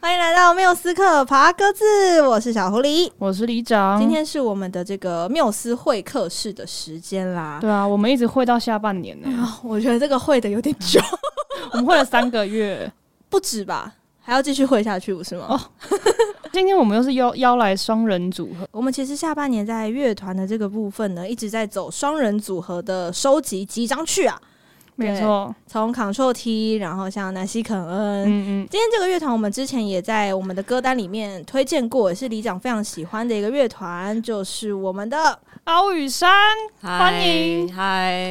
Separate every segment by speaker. Speaker 1: 来到缪斯克爬鸽子，我是小狐狸。
Speaker 2: 我是里长。
Speaker 1: 今天是我们的这个缪斯会客室的时间啦。
Speaker 2: 对啊，我们一直会到下半年呢、
Speaker 1: 啊，我觉得这个会的有点久，
Speaker 2: 我们会了三个月。
Speaker 1: 不止吧？还要继续会下去，不是吗？
Speaker 2: 哦今天我们又是邀邀来双人组合，
Speaker 1: 我们其实下半年在乐团的这个部分呢，一直在走双人组合的收集集章去啊。
Speaker 2: 没错。
Speaker 1: 从 Ctrl T，然后像南希肯恩，
Speaker 2: 嗯嗯，
Speaker 1: 今天这个乐团，我们之前也在我们的歌单里面推荐过，也是李长非常喜欢的一个乐团，就是我们的
Speaker 2: 敖宇山，欢迎
Speaker 3: 嗨，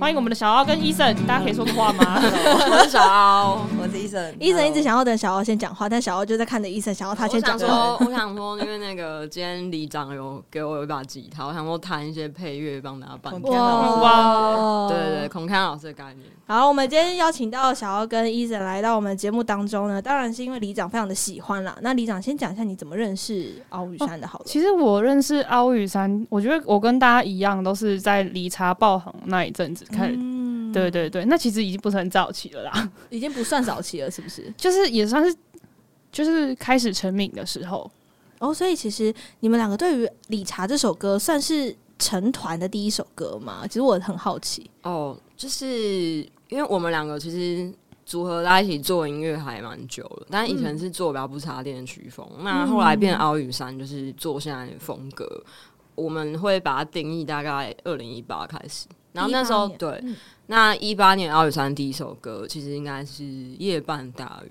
Speaker 2: 欢迎我们的小奥跟医生，大家可以说个话吗？
Speaker 3: 我是小敖，我是医生。
Speaker 1: 医生一直想要等小欧先讲话，但小欧就在看着医生，想要他先
Speaker 3: 我
Speaker 1: 讲
Speaker 3: 想
Speaker 1: 话。
Speaker 3: 说，我想说，因为那个今天里长有给我一把吉他，我想说弹一些配乐帮大家伴奏。
Speaker 2: 哇
Speaker 3: 对对对，孔康老师的概念。
Speaker 1: 好，我们今天邀请到小欧跟伊森来到我们节目当中呢，当然是因为李长非常的喜欢啦。那李长先讲一下你怎么认识敖宇山的好了。
Speaker 2: 其实我认识敖宇山，我觉得我跟大家一样，都是在理查爆红那一阵子开始。
Speaker 1: 嗯
Speaker 2: 对，对对，那其实已经不是很早期了啦，
Speaker 1: 已经不算早期了，是不是？
Speaker 2: 就是也算是就是开始成名的时候。
Speaker 1: 哦，所以其实你们两个对于《理查》这首歌算是成团的第一首歌吗？其实我很好奇。
Speaker 3: 哦，就是因为我们两个其实组合在一起做音乐还蛮久了，但以
Speaker 1: 嗯
Speaker 3: 前是做比较不插电的曲风，那后来变敖宇山就是做现在的风格，我们会把它定义大概二零一八开始。然后那时候
Speaker 1: 18年
Speaker 3: 对，
Speaker 1: 嗯
Speaker 3: 那一八年敖宇山第一首歌其实应该是《夜半大雨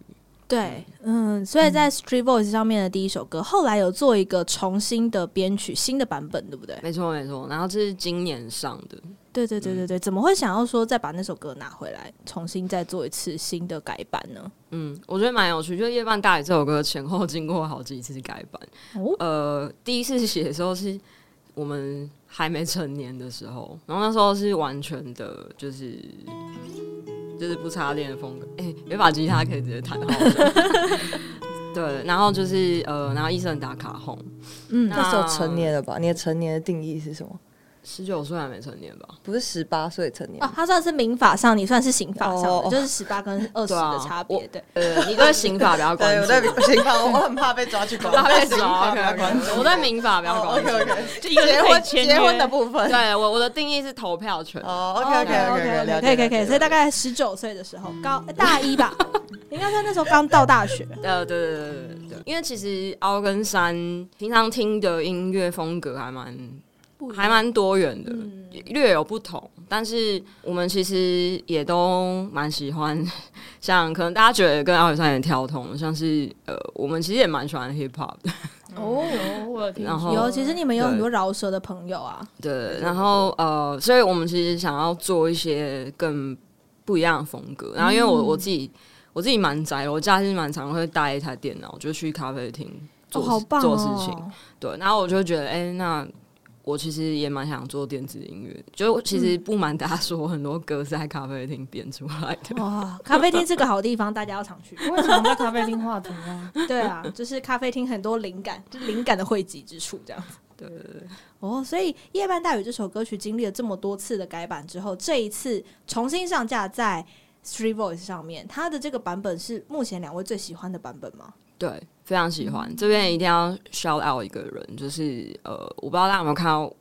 Speaker 1: 对，嗯，所以在 Street Voice 上面的第一首歌，后来有做一个重新的编曲，新的版本，对不对》，？
Speaker 3: 没错没错。然后这是今年上的，
Speaker 1: 对对对对对，怎么会想要说再把那首歌拿回来，重新再做一次新的改版呢？
Speaker 3: 嗯，我觉得蛮有趣，就是《夜半大雨》这首歌前后经过好几次改版。
Speaker 1: 哦
Speaker 3: 呃，第一次写的时候是我们还没成年的时候，然后那时候是完全的，就是就是不插电的风格。 哎、有一把吉他可以直接弹，好好笑 对，然后就是呃，然后医生打卡轰，
Speaker 1: 嗯，
Speaker 3: 那
Speaker 4: 那时候成年了吧？你的成年的定义是什么？
Speaker 3: 十九岁还没成年吧？
Speaker 4: 不是十八岁成年
Speaker 1: 哦，它算是民法上的，你算是刑法上的，
Speaker 4: 哦
Speaker 1: 就是十八跟二十
Speaker 3: 对啊
Speaker 1: 的差别，对。
Speaker 3: 呃，你对刑法比较关
Speaker 4: 对，我
Speaker 3: 注，
Speaker 4: 在刑法，我很怕被抓去关，
Speaker 3: 我在
Speaker 4: 刑
Speaker 3: 刑
Speaker 4: 法
Speaker 3: 法
Speaker 4: 比
Speaker 3: 比
Speaker 4: 较
Speaker 3: 较
Speaker 4: 关
Speaker 3: 关
Speaker 4: 注。
Speaker 3: 注，我对民法比较关注。
Speaker 4: OK OK，
Speaker 2: 就一个人
Speaker 4: 结
Speaker 2: 可以
Speaker 4: 婚
Speaker 2: 签
Speaker 4: 结婚的
Speaker 2: 约，
Speaker 4: 部分。
Speaker 3: 对我我的定义是投票权，
Speaker 4: 哦，OK OK OK OK，
Speaker 1: 可以可以可以，所以大概十九岁的时候，高大一吧，应该算那时候刚到大 学。
Speaker 3: 呃，对对对对对对，因为其实凹跟山平常听的音乐风格还蛮还蛮多元的，
Speaker 1: 嗯
Speaker 3: 略有不同，但是我们其实也都蛮喜欢， 像可能大家觉得跟凹山也跳通，像是呃，我们其实也蛮喜欢 hip hop 的，
Speaker 2: 哦，我有听
Speaker 3: 然后
Speaker 2: 说
Speaker 1: 嗯哦有，其实你们有很多饶舌的朋友啊，
Speaker 3: 对，然后呃，所以我们其实想要做一些更不一样的风格，然后因为
Speaker 1: 嗯
Speaker 3: 我我自己我自己蛮宅的，我假日蛮常会带一台电脑，就去咖啡厅
Speaker 1: 哦，
Speaker 3: 做、
Speaker 1: 好棒
Speaker 3: 做事情。
Speaker 1: 哦！
Speaker 3: 对，然后我就觉得，哎、那我其实也蛮想做电子音乐，就其实不瞒大家说，很多歌是在咖啡厅编出来的。
Speaker 1: 哇，咖啡厅是个好地方，大家要常去。
Speaker 2: 为什么在咖啡厅画图啊？
Speaker 1: 对啊，就是咖啡厅很多灵感，就是灵感的汇集之处，这样子。
Speaker 3: 对对对，
Speaker 1: 哦，所以《夜半大雨》这首歌曲经历了这么多次的改版之后，这一次重新上架在 Street Voice 上面，它的这个版本是目前两位最喜欢的版本吗？
Speaker 3: 对，非常喜欢。这边一定要 shout out 一个人，就是呃，我不知道大家有没有看到，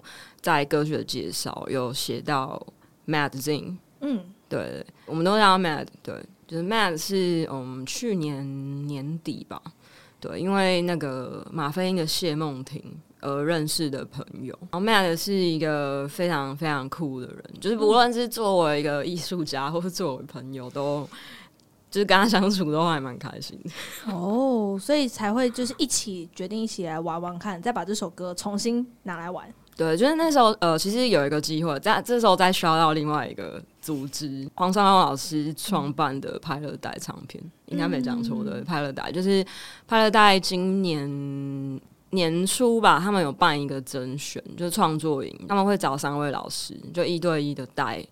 Speaker 3: 在歌曲的介绍有写到 Mad Zin，
Speaker 1: 嗯，
Speaker 3: 对对，我们都叫他 Mad，对，就是 Mad 是嗯去年年底吧，对，因为那个马飞英的谢梦婷而认识的朋友，然后 Mad 是一个非常非常酷的人，就是不论是作为一个艺术家或是作为朋友都。就是跟他相处都还蛮开心的，
Speaker 1: 哦，所以才会就是一起决定一起来玩玩看，再把这首歌重新拿来玩。
Speaker 3: 对，就是那时候呃，其实有一个机会，在这时候再 shout 到另外一个组织，黄山老师创办的拍乐带唱片，应该没讲错对，拍乐带就是拍乐带今年年初吧，他们有办一个甄选，就是创作营，他们会找三位老师，就一对一的带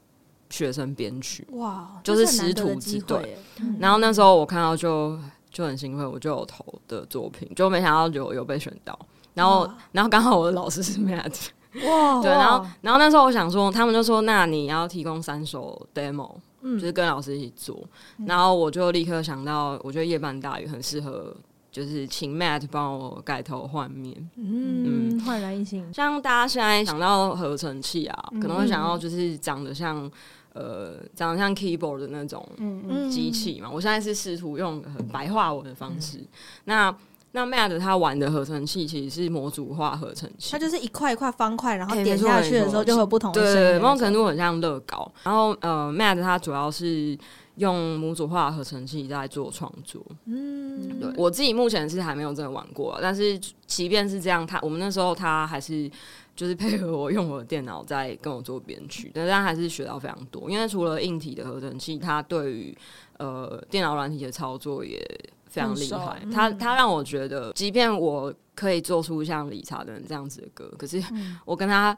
Speaker 3: 学生编曲。
Speaker 1: 哇，
Speaker 3: 就
Speaker 1: 这
Speaker 3: 是
Speaker 1: 很难
Speaker 3: 师
Speaker 1: 得的
Speaker 3: 徒
Speaker 1: 机
Speaker 3: 之
Speaker 1: 会
Speaker 3: 对
Speaker 1: 耶。
Speaker 3: 然后那时候我看到就就很兴奋，我就有投的作品，就没想到有有被选到。然后
Speaker 1: 哇，
Speaker 3: 然后刚好我的老师是 Matt，
Speaker 1: 哇，
Speaker 3: 对，然后然后那时候我想说，他们就说，那你要提供三首 demo，、
Speaker 1: 嗯
Speaker 3: 就是跟老师一起做。然后我就立刻想到，我觉得夜半大雨很适合。就是请 Matt 帮我改头换面。
Speaker 1: 嗯，焕然一新。
Speaker 3: 像大家现在想到合成器啊，可能会
Speaker 1: 嗯
Speaker 3: 想到就是长得像呃，长得像 keyboard 的那种
Speaker 2: 嗯嗯
Speaker 1: 嗯
Speaker 3: 机器嘛。我现在是试图用很白话文的方式。那那 Matt 他玩的合成器其实是模组化合成器，
Speaker 1: 它就是一块一块方块，然后
Speaker 3: 哎
Speaker 1: 点
Speaker 3: 没错
Speaker 1: 下去的时候
Speaker 3: 没错
Speaker 1: 就会有不同的
Speaker 3: 对
Speaker 1: 声
Speaker 3: 对
Speaker 1: 音
Speaker 3: 对，
Speaker 1: 的
Speaker 3: 某
Speaker 1: 那
Speaker 3: 种
Speaker 1: 种。
Speaker 3: 程度很像乐高。然后呃，Matt 它主要是用模组化合成器在做创作。
Speaker 1: 嗯，
Speaker 3: 对我自己目前是还没有真的玩过啊，但是即便是这样，他我们那时候他还是就是配合我用我的电脑在跟我做编曲，但但还是学到非常多，因为除了硬体的合成器，它对于呃电脑软体的操作也非常厉害
Speaker 1: 很熟。
Speaker 3: 它
Speaker 1: 嗯
Speaker 3: 它让我觉得，即便我可以做出像理查德这样子的歌，可是
Speaker 2: 嗯
Speaker 3: 我跟他。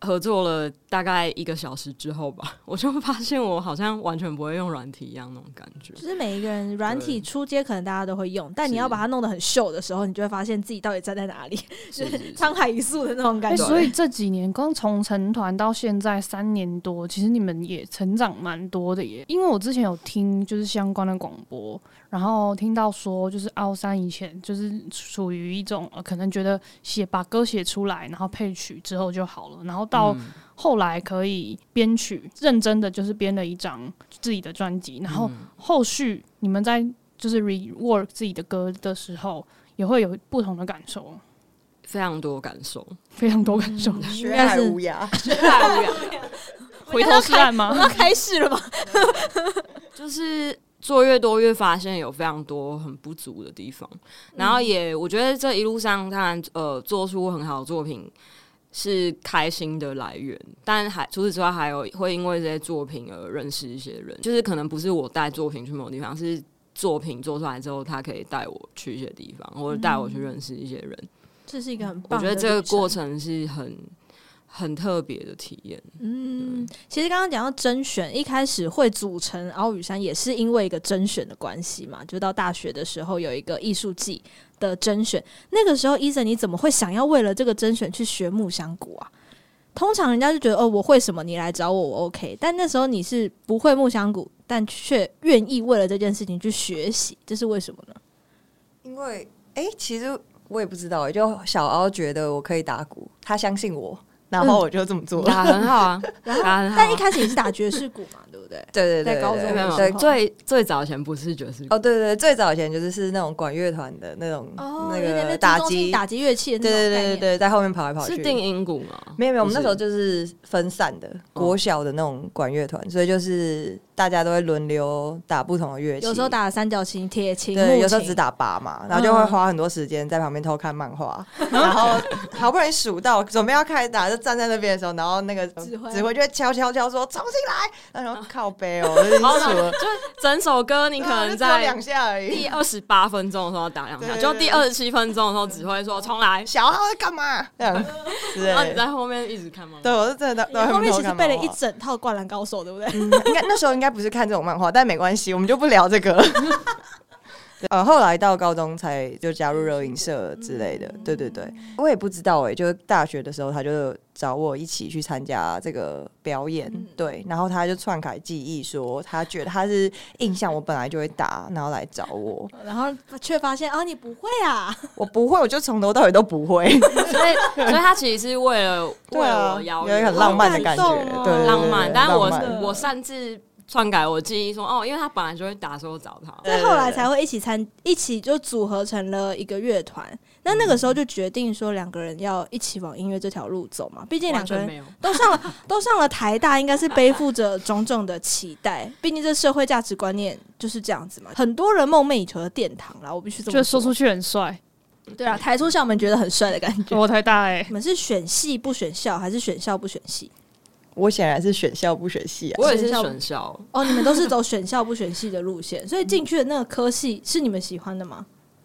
Speaker 3: 合作了大概一个小时之后吧， 我就发现我好像完全不会用软体一样那种感觉。
Speaker 1: 就是每一个人软体
Speaker 3: 对
Speaker 1: 出街可能大家都会用，但你
Speaker 3: 是
Speaker 1: 要把它弄得很秀的时候，你就会发现自己到底站在哪里，
Speaker 3: 是是是
Speaker 1: 沧海一粟的那种感
Speaker 2: 哎，
Speaker 1: 觉。
Speaker 2: 所以这几年刚从成团到现在三年多，其实你们也成长蛮多的耶。因为我之前有听就是相关的广播，然后听到说就是奥山以前就是属于一种、呃、可能觉得写把歌写出来，然后配曲之后就好了，然后到
Speaker 3: 嗯
Speaker 2: 后来可以编曲，认真的就是编了一张自己的专辑，然
Speaker 3: 嗯
Speaker 2: 后后续你们在就是 rework 自己的歌的时候，也会有不同的感受，
Speaker 3: 非常多感受，
Speaker 2: 非常多感受。
Speaker 4: 学海无涯，
Speaker 2: 回头是岸
Speaker 1: 我
Speaker 2: 吗
Speaker 1: 们？ 要开始了吧？
Speaker 3: 就是做越多越发现有非常多很不足的地方，然
Speaker 4: 嗯
Speaker 3: 后也我觉得这一路上当然呃做出很好的作品是开心的来源，但还除此之外还有会因为这些作品而认识一些人，就是可能不是我带作品去某地方，是作品做出来之后，他可以带我去一些地方，或者带我去认识一些人，
Speaker 4: 嗯
Speaker 1: 这是一个很
Speaker 3: 我
Speaker 1: 棒
Speaker 3: 觉
Speaker 1: 的旅程，
Speaker 3: 得这个过程是很 很特别的体验。
Speaker 1: 嗯，其实刚刚讲到甄选，一开始会组成敖宇山，也是因为一个甄选的关系嘛。就到大学的时候有一个艺术季的甄选，那个时候伊森你怎么会想要为了这个甄选去学木香鼓啊？通常人家就觉得哦，我会什么，你来找我，我 OK。但那时候你是不会木香鼓，但却愿意为了这件事情去学习，这是为什么呢？
Speaker 4: 因为哎、其实我也不知道，就小凹觉得我可以打鼓，他相信我，然 后我就这么做。
Speaker 3: 打很好 啊，
Speaker 1: 然后
Speaker 3: 打很好啊。
Speaker 1: 但一开始你是打爵士鼓嘛，对不对？
Speaker 4: 对对对，
Speaker 1: 在高中
Speaker 4: 对
Speaker 1: 的
Speaker 3: 没有
Speaker 1: 时候
Speaker 4: 对
Speaker 3: 对，最最早以前不是爵士鼓，
Speaker 4: 哦，对对对，最早以前就是是那种管乐团的那种、
Speaker 1: 哦，
Speaker 4: 那
Speaker 1: 有点
Speaker 4: 个
Speaker 1: 那
Speaker 4: 打
Speaker 1: 中性
Speaker 4: 击，
Speaker 1: 打击乐器
Speaker 4: 对
Speaker 1: 的那
Speaker 4: 对
Speaker 1: 种
Speaker 4: 对
Speaker 1: 概
Speaker 4: 对
Speaker 1: 念。
Speaker 4: 对，在后面跑来跑去。
Speaker 3: 是定音鼓
Speaker 1: 哦
Speaker 3: 吗？
Speaker 4: 没有没有，我
Speaker 3: 不
Speaker 4: 们
Speaker 3: 是
Speaker 4: 那时候就是分散的，
Speaker 3: 哦
Speaker 4: 国小的那种管乐团，所以就是大家都会轮流打不同的乐器，
Speaker 1: 有时候打三角琴、铁琴、木
Speaker 4: 对，
Speaker 1: 琴，
Speaker 4: 有时候只打八
Speaker 1: 嗯
Speaker 4: 嘛，然后就会花很多时间在旁边偷看 漫画，然后好不容易数到准备要开始打，就站在那边的时候，然后那个
Speaker 1: 指挥
Speaker 4: 指挥就会敲敲敲说重新来，然后靠背哦，我已经
Speaker 3: 然后
Speaker 4: 数
Speaker 3: 呢
Speaker 4: 了，
Speaker 3: 就整首歌你可能
Speaker 4: 对啊就只有
Speaker 3: 在
Speaker 4: 两下而已。
Speaker 3: 第二十八分钟的时候打两下，
Speaker 4: 对
Speaker 3: 就第二十七分钟的时候只会说重来，
Speaker 4: 小号在干嘛？这样之类
Speaker 3: 然后你
Speaker 4: 的。
Speaker 3: 在后面一直看吗？
Speaker 4: 对，我是真的在在
Speaker 1: 哦后面
Speaker 4: 偷
Speaker 1: 其实
Speaker 4: 看
Speaker 1: 背了
Speaker 4: 漫
Speaker 1: 一
Speaker 4: 画
Speaker 1: 整套《灌篮高手》，对不对？
Speaker 4: 嗯 应该那时候应该不是看这种漫画，但没关系，我们就不聊这个。 呃，后来到高中才就加入热影社之类的，对对对，我也不知道哎、就大学的时候他就找我一起去参加这个表演，
Speaker 1: 嗯
Speaker 4: 对，然后他就篡改记忆说他觉得他是印象我本来就会打，然后来找我，
Speaker 1: 然后却发现啊，你不会啊，
Speaker 4: 我不会，我就从头到尾都不会，
Speaker 3: 所以所以他其实是为了为
Speaker 4: 对啊
Speaker 3: 了我，邀
Speaker 4: 有
Speaker 3: 约
Speaker 4: 一个很浪漫的感觉，
Speaker 1: 好感动哦
Speaker 4: 对对对对
Speaker 3: 浪漫，但是
Speaker 4: 浪
Speaker 3: 我
Speaker 4: 漫
Speaker 3: 我擅自篡改我记忆说哦，因为他本来就会打，所以我找他。
Speaker 4: 对
Speaker 1: 所以后来才会一起参，一起就组合成了一个乐团。那那个时候就决定说，两个人要一起往音乐这条路走嘛。毕竟两
Speaker 3: 完
Speaker 1: 个
Speaker 3: 全
Speaker 1: 人
Speaker 3: 没有，
Speaker 1: 都上了， 都上了台大，应该是背负着种种的期待。毕竟这社会价值观念就是这样子嘛，很多人梦寐以求的殿堂啦，我必须这
Speaker 2: 就
Speaker 1: 么
Speaker 2: 说出去很 帅，
Speaker 1: 对啊，抬出校门觉得很帅的 感觉。
Speaker 2: 我太大哎、
Speaker 1: 你们是选系不选校，还是选校不选系？
Speaker 4: 我显然是选校不选系啊，
Speaker 3: 我也是选校，
Speaker 1: 哦，你们都是走选校不选系的路线，
Speaker 4: 嗯
Speaker 1: 所以进去的那个科系是你们喜欢的吗？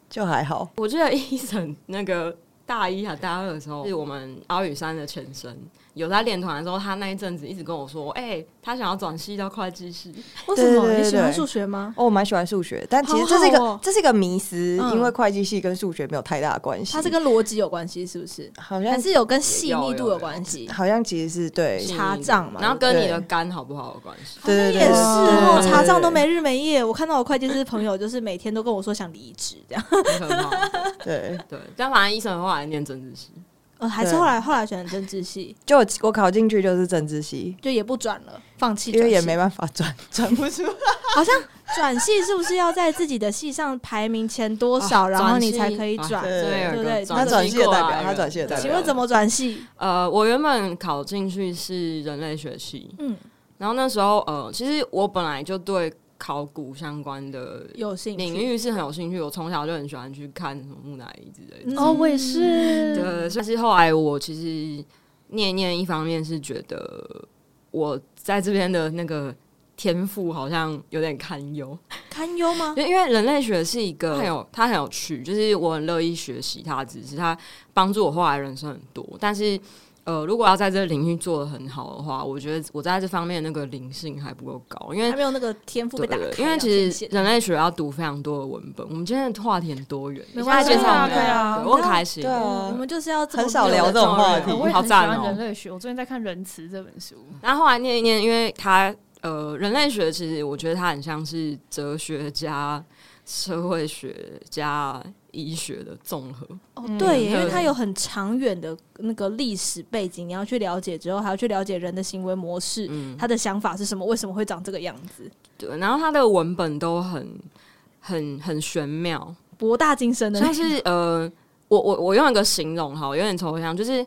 Speaker 4: 就还好。
Speaker 3: 我记得医生那个大一还大二的时候，是我们阿宇山的前身。有在练团的时候，他那一阵子一直跟我说：“哎、他想要转系到会计系。
Speaker 1: 为什么
Speaker 4: 对对对
Speaker 1: 你喜欢
Speaker 4: 对
Speaker 1: 数学吗？
Speaker 4: 哦，我蛮喜欢数学，但其实这是一个
Speaker 1: 好好哦
Speaker 4: 这是一个迷思，
Speaker 1: 嗯
Speaker 4: 因为会计系跟数学没有太大的关系。
Speaker 1: 它是跟逻辑有关系，是不是？
Speaker 4: 好像
Speaker 1: 还是有跟细腻度有关系？
Speaker 4: 好像其实是对”
Speaker 1: 查账嘛
Speaker 3: 然后跟你的
Speaker 4: 对
Speaker 3: 肝好不好有关系。
Speaker 1: 好像
Speaker 4: 对对对
Speaker 1: 也是哦，
Speaker 4: 对对对
Speaker 1: 查账都没日没夜。我看到我会计师朋友，就是每天都跟我说想离职这样。
Speaker 3: 很可怕。
Speaker 1: 啊
Speaker 4: 对，
Speaker 3: 对，但反正医生后来念政治系，
Speaker 1: 呃，还是
Speaker 4: 对
Speaker 1: 后来后来选政治系，
Speaker 4: 就我我考进去就是政治系，
Speaker 1: 就也不转了，放弃转
Speaker 4: 因
Speaker 1: 系。
Speaker 4: 为也没办法转转不出。
Speaker 1: 好像转系是不是要在自己的系上排名前
Speaker 4: 哦
Speaker 1: 多少，
Speaker 4: 啊
Speaker 3: 哦
Speaker 1: 然后你才可以
Speaker 3: 啊
Speaker 1: 转？
Speaker 4: 对
Speaker 1: 对对
Speaker 4: 他转系的代表他转系
Speaker 3: 系
Speaker 4: 的代表
Speaker 1: 请问怎
Speaker 3: 么？
Speaker 1: 么转系？
Speaker 3: 呃，我原本考进去是人类学系，
Speaker 1: 嗯，
Speaker 3: 然后那时候呃，其实我本来就对考古相关的
Speaker 1: 有兴趣
Speaker 3: 领域是很有兴趣，我从小就很喜欢去看什么木乃伊之类的。
Speaker 1: 嗯
Speaker 2: 哦，我也是。啊
Speaker 3: 对，但是后来我其实念一念，一方面是觉得我在这边的那个天赋好像有点堪忧，
Speaker 1: 堪忧吗？
Speaker 3: 就因为人类学是一个啊它很有它很有趣，就是我很乐意学习它的知识，它帮助我后来人生很多。但是呃，如果要在这个领域做的很好的话，我觉得我在这方面那个灵性还不够高，因为
Speaker 1: 还没有那个天赋被打
Speaker 3: 对对，
Speaker 1: 开，啊
Speaker 3: 因为其实
Speaker 1: 要
Speaker 3: 人类学要读非常多的文本，我们今天的话题很多元，
Speaker 1: 没
Speaker 3: 你
Speaker 1: 关
Speaker 3: 现在
Speaker 1: 系
Speaker 3: 介绍我们
Speaker 2: 对啊
Speaker 3: 对
Speaker 1: 对啊
Speaker 3: 我很开心嗯
Speaker 4: 对。
Speaker 1: 显现
Speaker 4: 啊
Speaker 1: 我，们就是要这么
Speaker 4: 很少聊
Speaker 1: 热
Speaker 4: 这种话
Speaker 3: 对
Speaker 1: 啊
Speaker 4: 题
Speaker 2: 我也很喜
Speaker 3: 好
Speaker 2: 欢
Speaker 3: 赞哦
Speaker 2: 人类学，我最近在看《仁慈》这本书。
Speaker 3: 然后后来念一念，因为他呃，人类学其实我觉得它很像是哲学加社会学加医学的综合。
Speaker 1: 哦
Speaker 2: 嗯，
Speaker 1: 对耶，
Speaker 3: 对
Speaker 1: 因为它有很长远的那个历史背景，你要去了解之后，还要去了解人的行为模式，
Speaker 3: 嗯，
Speaker 1: 他的想法是什么，为什么会长这个样子，
Speaker 3: 对，然后它的文本都很很很玄妙，
Speaker 1: 博大精深的。
Speaker 3: 像是呃，我我我用一个形容哈，有点抽象，就是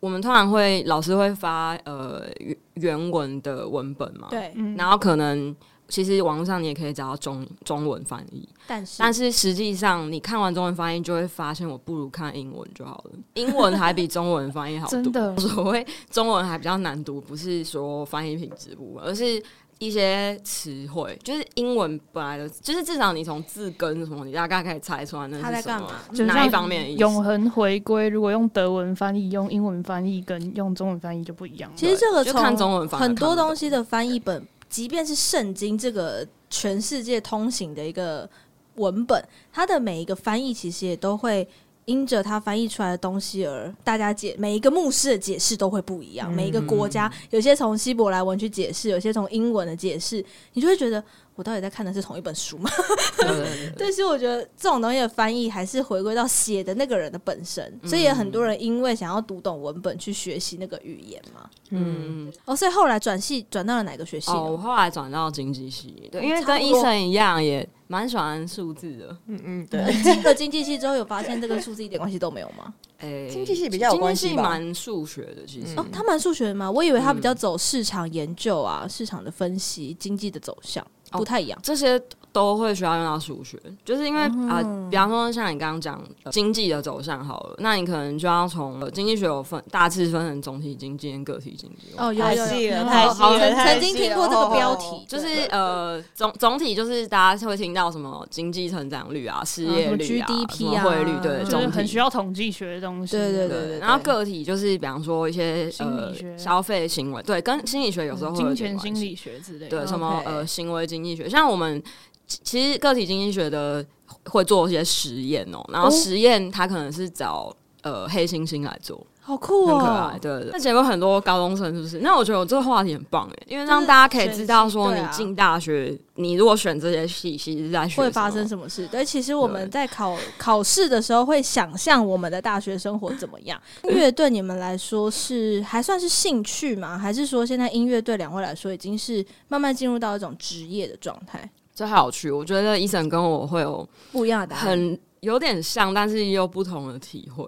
Speaker 3: 我们通常会老师会发呃原原文的文本嘛，
Speaker 1: 对，
Speaker 2: 嗯，
Speaker 3: 然后可能其实网络上你也可以找到中中文翻译，
Speaker 1: 但是
Speaker 3: 但是实际上你看完中文翻译就会发现，我不如看英文就好了，英文还比中文翻译好
Speaker 2: 真
Speaker 3: 读。
Speaker 2: 的
Speaker 3: 所谓中文还比较难读，不是说翻译品质不稳，而是一些词汇，就是英文本来的，就是至少你从字根什么，你大概可以猜出来那
Speaker 1: 他在
Speaker 3: 是什
Speaker 1: 干
Speaker 3: 么
Speaker 1: 嘛，
Speaker 2: 就
Speaker 3: 哪
Speaker 2: 像
Speaker 3: 一方面的意思。
Speaker 2: 永恒回归，如果用德文翻译、用英文翻译跟用中文翻译就不一样了。
Speaker 1: 其实这个
Speaker 3: 就
Speaker 1: 从
Speaker 3: 看中文反而
Speaker 1: 很
Speaker 3: 看
Speaker 1: 多
Speaker 3: 不懂
Speaker 1: 东西的翻译本，即便是圣经这个全世界通行的一个文本，它的每一个翻译其实也都会。因着它翻译出来的东西而大家解每一个牧师的解释都会不一样，每一个国家有些从希伯来文去解释，有些从英文的解释，你就会觉得我到底在看的是同一本书吗？
Speaker 3: 对对对嗯对
Speaker 1: 对，所以我觉得这种东西的翻译还是回归到写的那个人的本身，所以也很多人因为想要读懂文本去学习那个语言嘛。
Speaker 4: 嗯，
Speaker 3: 嗯，
Speaker 1: 哦，所以后来转系转到了哪个学系啊呢？
Speaker 3: 哦，我后来转到经济系，对，因为
Speaker 1: 差不
Speaker 3: 跟医
Speaker 1: 多
Speaker 3: 生一样，也蛮喜欢数字的。
Speaker 4: 嗯嗯，对，
Speaker 1: 进 了经济系之后，有发现这跟数字一点关系都没有吗？
Speaker 3: 诶、
Speaker 4: 经济系比较有
Speaker 3: 经济
Speaker 4: 关系
Speaker 3: 系
Speaker 4: 吧
Speaker 3: 蛮数学的，其
Speaker 4: 嗯
Speaker 3: 实。
Speaker 1: 哦，他蛮数学的吗？我以为他比较走市场研究啊，市场的分析、经济的走向，
Speaker 3: 哦
Speaker 1: 不太一样。
Speaker 3: 这些都会需要用到数学，就是因为
Speaker 4: 哦
Speaker 3: 啊、
Speaker 1: 嗯
Speaker 3: 比方说像你刚刚讲、呃经济的走向好了，那你可能就要从、呃经济学有分大致分成总体经济跟个体经济。
Speaker 1: 哦，有
Speaker 4: 太
Speaker 1: 有
Speaker 4: 细
Speaker 1: 有，
Speaker 4: 了，
Speaker 2: 有
Speaker 4: 太
Speaker 1: 好
Speaker 4: 细了，
Speaker 1: 曾
Speaker 4: 太
Speaker 1: 曾经
Speaker 4: 细
Speaker 1: 听
Speaker 4: 了
Speaker 1: 过这个标。
Speaker 4: 哦
Speaker 1: 题，
Speaker 3: 就是呃，总总体就是大家会听到什么经济成长率啊、失业率
Speaker 4: 哦
Speaker 3: 啊、
Speaker 1: 什么 GDP
Speaker 3: 什么
Speaker 1: 啊
Speaker 3: 汇率，对，
Speaker 1: 就
Speaker 2: 就是
Speaker 3: 总
Speaker 2: 很需
Speaker 3: 体。
Speaker 2: 要统计学的东西。啊
Speaker 1: 对对
Speaker 3: 对
Speaker 1: 对
Speaker 3: 然后个体就是比方说一些
Speaker 2: 心
Speaker 3: 呃
Speaker 2: 理学
Speaker 3: 消费行为，对，跟心理学有时候
Speaker 1: 嗯
Speaker 3: 会
Speaker 2: 嗯
Speaker 3: 有
Speaker 2: 金
Speaker 3: 点
Speaker 2: 钱
Speaker 3: 关
Speaker 2: 心
Speaker 3: 系。
Speaker 2: 理学之类的。
Speaker 3: 对，什么
Speaker 1: OK
Speaker 3: 呃行为经济学，像我们其其实个体经济学的会做一些实验哦、然后
Speaker 1: 哦
Speaker 3: 实验它可能是找。呃，黑猩猩来做，
Speaker 1: 好酷
Speaker 3: 很可
Speaker 1: 哦
Speaker 3: 爱，！对对对那结果很多高中生是不是？那我觉得我这个话题很棒哎，因为让
Speaker 1: 是
Speaker 3: 大家可以
Speaker 1: 学
Speaker 3: 知
Speaker 1: 习
Speaker 3: 道说，
Speaker 1: 对
Speaker 3: 你
Speaker 1: 啊
Speaker 3: 进大学，你如果选这些系，其实是在学
Speaker 1: 会发生
Speaker 3: 么？
Speaker 1: 什么事？对，其实我们在考考试的时候会想象我们的大学生活怎么 样。音乐对你们来说是还算是兴趣吗？还是说现在音乐对两位来说已经是慢慢进入到一种职业的状态？
Speaker 3: 这还有趣，我觉得医生跟我会有
Speaker 1: 不一样的答案。
Speaker 3: 很有点像，但是又不同的体会。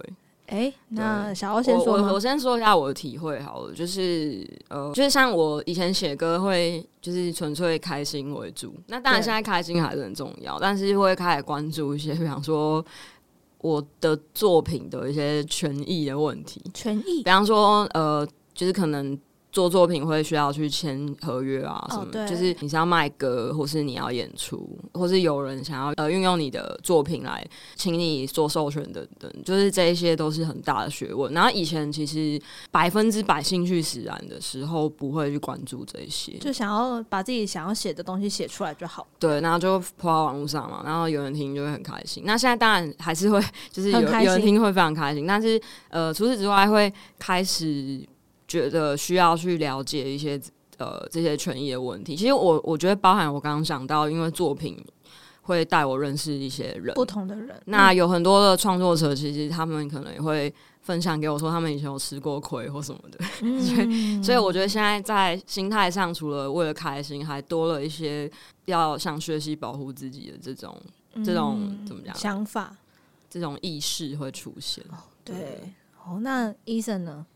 Speaker 1: 哎，那
Speaker 3: 对
Speaker 1: 小奥先说
Speaker 3: 我我
Speaker 1: 吗
Speaker 3: 我？先说一下我的体会好了，就是呃，就是像我以前写歌会就是纯粹开心为主，那当然
Speaker 1: 对
Speaker 3: 现在开心还是很重要，但是会开始关注一些，比方说我的作品的一些权益的问题，
Speaker 1: 权益
Speaker 3: 比方说呃，就是可能。做作品会需要去签合约啊什么，
Speaker 1: 哦对
Speaker 3: 就是你是要卖歌，或是你要演出，或是有人想要呃运用你的作品来请你做授权等等，就是这一些都是很大的学问。然后以前其实百分之百兴趣使然的时候，不会去关注这一些，
Speaker 1: 就想要把自己想要写的东西写出来就好。
Speaker 3: 对，然后就抛到网络上嘛，然后有人听就会很开心。那现在当然还是会， 就是有
Speaker 1: 很开心
Speaker 3: 有人听会非常开心，但是呃，除此之外会开始觉得需要去了解一些呃这些权益的问题。其实我我觉得包含我刚刚讲到，因为作品会带我认识一些人，
Speaker 1: 不同的嗯人，
Speaker 3: 那有很多的创作者，其实他们可能也会分享给我说，他们以前有吃过亏或什么的。
Speaker 1: 嗯
Speaker 3: 所以我觉得现在在心态上，除了为了开心，还多了一些要想学习保护自己的这种 这种怎么讲
Speaker 1: 嗯想法？
Speaker 3: 这种意识会出现。
Speaker 1: 对，哦，那 Eason 呢？，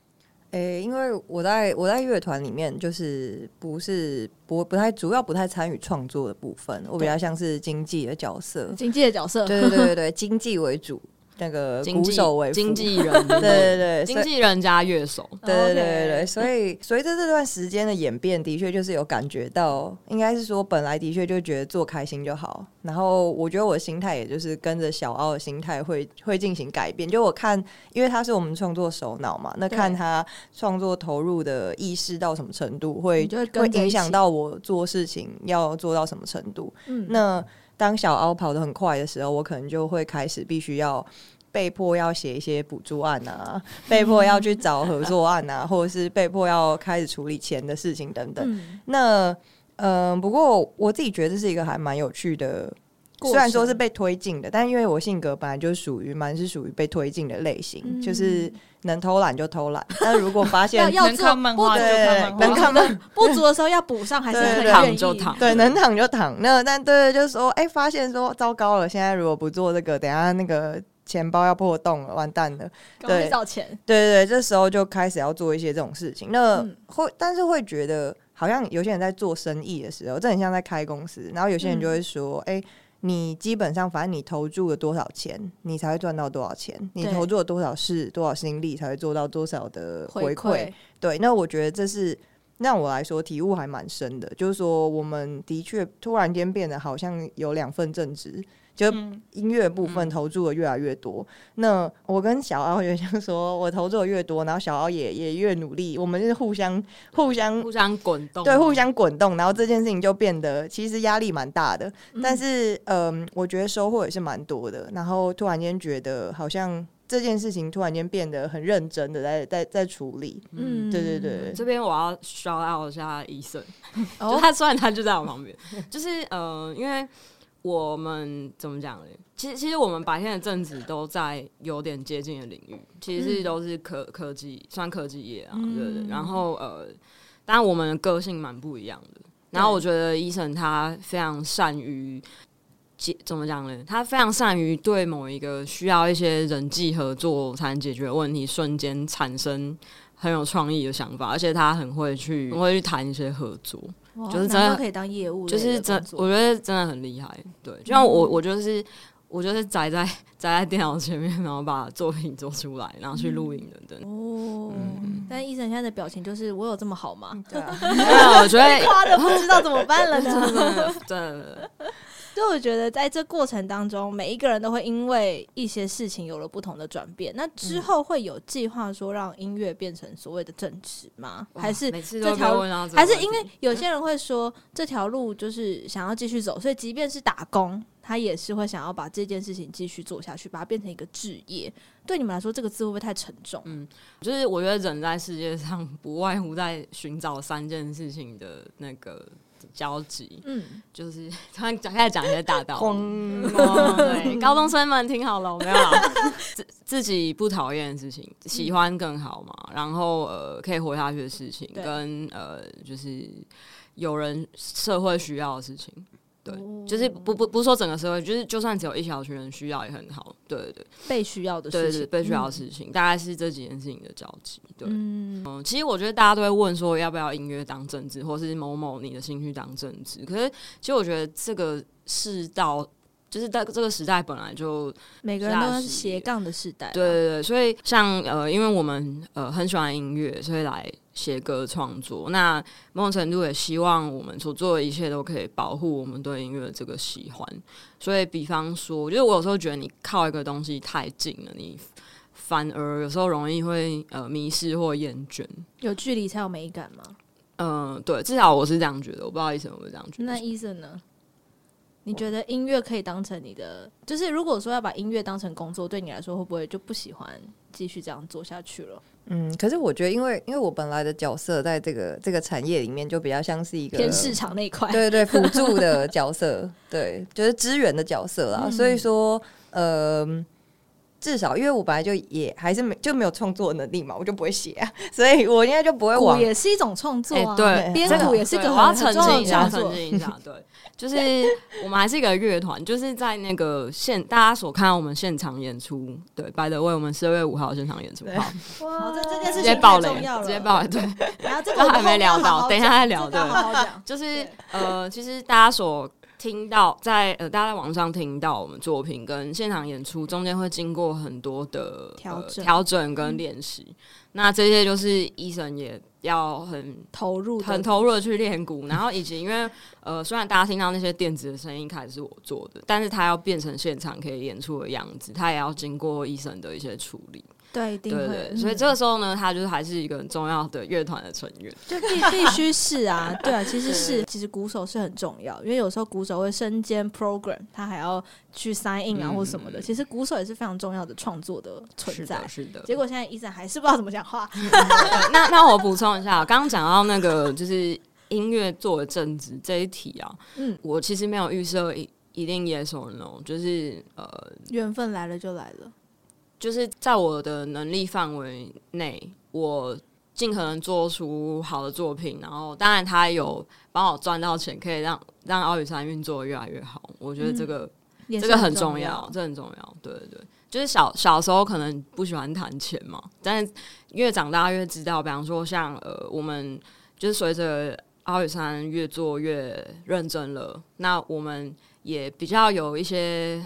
Speaker 4: 诶、因为我在我在乐团里面，就是不是不不太主要不太参与创作的部分，我比较像是经纪的角色
Speaker 1: 经纪的角色，
Speaker 4: 嗯对对对对对，经纪为主，那个
Speaker 3: 经
Speaker 4: 呃鼓
Speaker 3: 纪
Speaker 4: 手为辅
Speaker 3: 经，纪人，
Speaker 4: 对对对，所
Speaker 3: 经
Speaker 4: 以
Speaker 3: 纪人加乐手，
Speaker 4: 对对对对
Speaker 1: 哦
Speaker 2: 哦
Speaker 1: OK
Speaker 4: 对，所以随着这段时间的演变，的确就是有感觉到，应该是说本来的确就觉得做开心就好，然后我觉得我的心态也就是跟着小奥的心态会会进行改变。就我看，因为他是我们创作首脑嘛，那
Speaker 1: 对
Speaker 4: 看他创作投入的意识到什么程度，
Speaker 1: 你
Speaker 4: 会
Speaker 1: 就会
Speaker 4: 会
Speaker 1: 跟着一
Speaker 4: 影
Speaker 1: 起
Speaker 4: 响到我做事情要做到什么程度。
Speaker 1: 嗯
Speaker 4: 那当小凹跑得很快的时候，我可能就会开始必须要被迫要写一些补助案 啊，被迫要去找合作案啊， 或者是被迫要开始处理钱的事情等等。
Speaker 1: 嗯，
Speaker 4: 那嗯、呃不过我自己觉得这是一个还蛮有趣的。
Speaker 1: 过
Speaker 4: 虽然说
Speaker 1: 程
Speaker 4: 是被推进的，但因为我性格本来就属于蛮是属于被推进的类型，
Speaker 1: 嗯
Speaker 4: 就是能偷懒就偷懒。但如果发现
Speaker 1: 要要
Speaker 2: 能
Speaker 1: 做
Speaker 2: 看漫画
Speaker 1: 不
Speaker 2: 就
Speaker 1: 足
Speaker 2: 看漫
Speaker 4: 对
Speaker 2: 画，
Speaker 4: 能看漫
Speaker 1: 不足的时候要补上，还是
Speaker 4: 对
Speaker 1: 很
Speaker 4: 对
Speaker 1: 愿
Speaker 3: 躺
Speaker 1: 意
Speaker 3: 就躺，
Speaker 4: 对，能躺就躺。那但对，就是说，哎、发现说糟糕了，现在如果不做这个，等一下那个钱包要破洞了，完蛋了。
Speaker 1: 赶快去
Speaker 4: 对
Speaker 1: 找钱，
Speaker 4: 对对对，这时候就开始要做一些这种事情。那
Speaker 1: 嗯
Speaker 4: 会，但是会觉得好像有些人在做生意的时候，这很像在开公司，然后有些人就会说，哎、你基本上，反正你投注了多少钱，你才会赚到多少钱。你
Speaker 1: 对
Speaker 4: 投注了多少事、多少心力，才会做到多少的回馈
Speaker 1: 馈。
Speaker 4: 对，那我觉得这是让我来说体悟还蛮深的，就是说我们的确突然间变得好像有两份正职，就
Speaker 2: 嗯
Speaker 4: 音乐部分投注的越来越多。那我跟小敖也像说，我投注的越多，然后小敖也也越努力，我们是互相互相
Speaker 3: 互相滚动，
Speaker 4: 对，互相滚动，然后这件事情就变得其实压力蛮大的，
Speaker 1: 嗯
Speaker 4: 但是嗯，我觉得收获也是蛮多的。然后突然间觉得好像这件事情突然间变得很认真的在在在处理，
Speaker 1: 嗯，
Speaker 4: 对对对，
Speaker 3: 这边我要 shout out 一下医 生，
Speaker 1: 哦
Speaker 3: 就他虽然他就在我旁边， 就是呃，因为我们怎么讲呢？其实其实我们白天的正职都在有点接近的领域，其实是
Speaker 1: 嗯
Speaker 3: 都是科科技，算科技业啊，
Speaker 1: 嗯
Speaker 3: 对对。然后呃，当然我们的个性蛮不一样的。然后我觉得医生他非常善于解，怎么讲呢？他非常善于对某一个需要一些人际合作才能解决的问题，瞬间产生很有创意的想法，而且他很会去，很会去谈一些合作，
Speaker 1: 哇
Speaker 3: 就是真
Speaker 1: 难怪
Speaker 3: 的
Speaker 1: 可以当业务类
Speaker 3: 就
Speaker 1: 的工作，嗯
Speaker 3: 是真，我觉得真的很厉害。对，就像我，我就是。我就是宅在宅在电脑前面，然后把作品做出来，然后去录影等等。
Speaker 1: 哦。
Speaker 4: 嗯
Speaker 1: 但医生现在的表情就是我有这么好
Speaker 3: 嗯
Speaker 1: 吗？
Speaker 4: 对啊，
Speaker 3: 没有，我觉得
Speaker 1: 夸的不知道怎么办了呢。
Speaker 3: 真的真 的
Speaker 1: 所以我觉得在这过程当中，每一个人都会因为一些事情有了不同的转变。那
Speaker 3: 嗯
Speaker 1: 之后会有计划说让音乐变成所谓的正职吗？还是
Speaker 3: 每次
Speaker 1: 这
Speaker 3: 都被
Speaker 1: 条
Speaker 3: 问到这个
Speaker 1: 还是
Speaker 3: 问
Speaker 1: 因为
Speaker 3: 题
Speaker 1: 有些人会说这条路就是想要继续走，所以即便是打工，他也是会想要把这件事情继续做下去，把它变成一个职业。对你们来说，这个字会不会太沉重？
Speaker 3: 就是我觉得人在世界上不外乎在寻找三件事情的那个交集，
Speaker 1: 嗯，
Speaker 3: 就是 突然讲开始讲一些大道理。
Speaker 4: 轰
Speaker 3: 哦对，高中生们听好了，我没有啦 自自己不讨厌的事情，喜欢更好嘛。然后呃，可以活下去的事情，
Speaker 1: 对
Speaker 3: 跟呃，就是有人社会需要的事情。对，就是不不不是说整个社会，就是就算只有一小群人需要也很好。对对对，
Speaker 1: 被需要的
Speaker 3: 对
Speaker 1: 事
Speaker 3: 对，
Speaker 1: 情，
Speaker 3: 被需要的事情，大概是这几件事情的交集。对，
Speaker 1: 嗯。嗯
Speaker 3: 嗯，其实我觉得大家都会问说要不要音乐当政治，或是某某你的兴趣当政治。可是其实我觉得这个世道就是在这个时代本来就
Speaker 1: 每个人都
Speaker 3: 是啊
Speaker 1: 是
Speaker 3: 是
Speaker 1: 斜杠的时代，啊
Speaker 3: 对，对对，所以像呃，因为我们呃很喜欢音乐，所以来写歌创作。那某种程度也希望我们所做的一切都可以保护我们对音乐的这个喜欢。所以，比方说，就是我有时候觉得你靠一个东西太近了，你反而有时候容易会呃迷失或厌倦。
Speaker 1: 有距离才有美感嘛。
Speaker 3: 嗯、对，至少我是这样觉得，我不知道以前我是这样觉
Speaker 1: 那
Speaker 3: 得。哎
Speaker 1: 医生呢？你觉得音乐可以当成你的，就是如果说要把音乐当成工作，对你来说会不会就不喜欢继续这样做下去了？
Speaker 4: 嗯，可是我觉得，因为因为我本来的角色在这个这个产业里面，就比较像是一个
Speaker 1: 偏市场那一块，
Speaker 4: 对对，辅助的角色，对，就是支援的角色啦。所以说，呃，至少因为我本来就也还是没就没有创作能力嘛，我就不会写、啊， 所以我应该就不会
Speaker 1: 鼓
Speaker 4: 往
Speaker 1: 也是一种创作啊，
Speaker 3: 哎对
Speaker 1: 编
Speaker 4: 真
Speaker 1: 鼓
Speaker 4: 的
Speaker 1: 也是一
Speaker 3: 对
Speaker 1: 个
Speaker 3: 我要
Speaker 1: 很
Speaker 3: 澄
Speaker 1: 很重要
Speaker 3: 清
Speaker 1: 的
Speaker 3: 一下，
Speaker 1: 创
Speaker 3: 澄
Speaker 1: 作。
Speaker 3: 清一下，对，就是我们还是一个乐团，就是在那个现大家所看到我们现场演出，对，by the way，我们十二月五号现场演出，好，
Speaker 1: 好，这这件
Speaker 3: 直
Speaker 1: 事
Speaker 3: 接
Speaker 1: 情
Speaker 3: 爆
Speaker 1: 太
Speaker 3: 雷
Speaker 1: 重要，了。
Speaker 3: 直接爆雷，对，
Speaker 1: 然后这个我
Speaker 3: 都 还
Speaker 1: 们后
Speaker 3: 没
Speaker 1: 面要
Speaker 3: 聊
Speaker 1: 好
Speaker 3: 到，
Speaker 1: 好
Speaker 3: 等一下
Speaker 1: 讲
Speaker 3: 再聊，
Speaker 1: 这个要
Speaker 3: 对，
Speaker 1: 好好讲。
Speaker 3: 就是
Speaker 1: 对
Speaker 3: 呃，其实大家所。听到在呃，大家在网上听到我们作品跟现场演出中间会经过很多的
Speaker 1: 调
Speaker 3: 呃
Speaker 1: 整嗯
Speaker 3: 调、整跟练习，那这些就是医生也要很
Speaker 1: 投入的
Speaker 3: 很投入的去练鼓，然后以及因为呃，虽然大家听到那些电子的声音开始是我做的，但是它要变成现场可以演出的样子，它也要经过医生的一些处理，
Speaker 1: 对，一定
Speaker 3: 对
Speaker 1: 会。
Speaker 3: 对，
Speaker 1: 嗯
Speaker 3: 所以这个时候呢，他就是还是一个很重要的乐团的成员，
Speaker 1: 就必必须是啊，对啊，其实是，其实鼓手是很重要，因为有时候鼓手会身兼 program，他还要去 sign in 啊
Speaker 3: 嗯
Speaker 1: 或什么的，其实鼓手也是非常重要的创作的存
Speaker 3: 是
Speaker 1: 在
Speaker 3: 的，。是的。
Speaker 1: 结果现在医生还是不知道怎么讲话，
Speaker 3: 对那那我补充一下，刚刚讲到那个就是音乐做的正职这一题啊，
Speaker 1: 嗯，
Speaker 3: 我其实没有预设一一定 yes or no，就是呃，
Speaker 1: 缘分来了就来了，
Speaker 3: 就是在我的能力范围内，我尽可能做出好的作品，然后当然他有帮我赚到钱，可以让让奥宇山运作得越来越好。我觉得这个、
Speaker 1: 嗯也是
Speaker 3: 这个很
Speaker 1: 重
Speaker 3: 重要，，这很重要。对对对，就是小小时候可能不喜欢谈钱嘛，但是越长大越知道，比方说像呃，我们就是随着奥宇山越做越认真了，那我们也比较有一些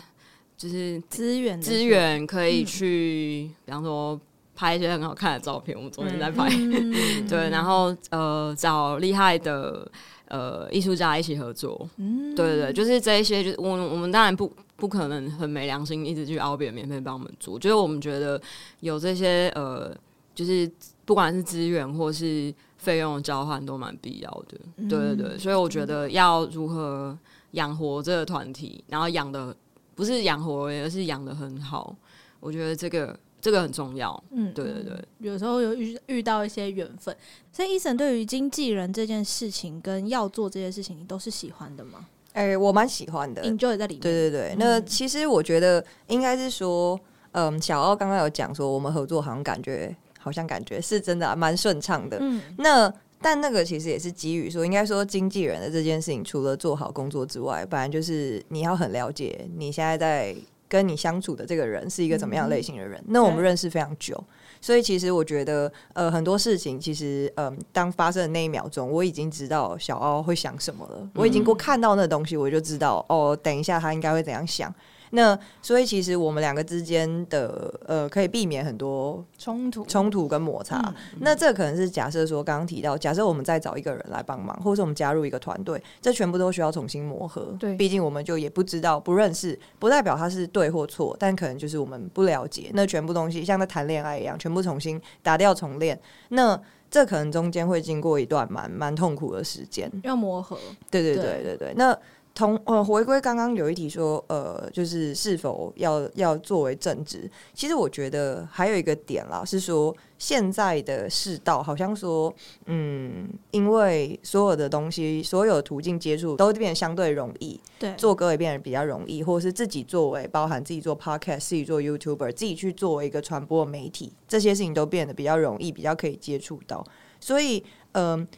Speaker 3: 就是
Speaker 1: 资源的
Speaker 3: 资源可
Speaker 1: 嗯
Speaker 3: 以去，比方说拍一些很好看的照片，我们昨天在拍，
Speaker 1: 嗯
Speaker 3: 对，然后呃找厉害的呃艺术家一起合作，
Speaker 1: 嗯
Speaker 3: 对对对，就是这一些，就是我我们当然不不可能很没良心一直去熬别人免费帮我们做，就是我们觉得有这些呃，就是不管是资源或是费用的交换都蛮必要的，
Speaker 1: 嗯
Speaker 3: 对对对，所以我觉得要如何养活这个团体，然后养的不是养活而已，而是养的很好，我觉得这个这个很重要，
Speaker 1: 嗯
Speaker 3: 对对对。
Speaker 1: 有时候有遇遇到一些缘分，所以医生对于经纪人这件事情跟要做这件事情，你都是喜欢的吗
Speaker 4: 哎、我蛮喜欢的，
Speaker 1: ？enjoy 在里面，
Speaker 4: 对对对，那其实我觉得应该是说，嗯，小奥刚刚有讲说，我们合作好像感觉，好像感觉是真的啊蛮顺畅的。
Speaker 1: 嗯，
Speaker 4: 那但那个其实也是基于说，应该说经纪人的这件事情，除了做好工作之外，本来就是你要很了解你现在在跟你相处的这个人是一个怎么样类型的人。那我们
Speaker 1: 对
Speaker 4: 认识非常久，所以其实我觉得，呃，很多事情其实，嗯、当发生的那一秒钟，我已经知道小奥会想什么了。我已经过看到那东西，我就知道，哦，等一下他应该会怎样想。那所以其实我们两个之间的呃，可以避免很多
Speaker 2: 冲突嗯
Speaker 4: 冲突跟摩擦。那这可能是假设说，刚刚提到，假设我们再找一个人来帮忙，或者我们加入一个团队，这全部都需要重新磨合。
Speaker 2: 对
Speaker 4: 毕竟我们就也不知道、不认识，不代表他是对或错，但可能就是我们不了解。那全部东西像在谈恋爱一样，全部重新打掉重练。那这可能中间会经过一段蛮蛮痛苦的时间。
Speaker 1: 要磨合，
Speaker 4: 对对
Speaker 1: 对
Speaker 4: 对对对。那同呃回归刚刚有一题说，呃，就是是否要要作为正职？其实我觉得还有一个点啦，是说现在的世道好像说，嗯，因为所有的东西、所有途径接触都变得相对容易，
Speaker 1: 对，
Speaker 4: 做歌也变得比较容易，或者是自己作为包含自己做 podcast、自己做 YouTuber、自己去作为一个传播媒体，这些事情都变得比较容易，比较可以接触到。所以，嗯、
Speaker 3: 嗯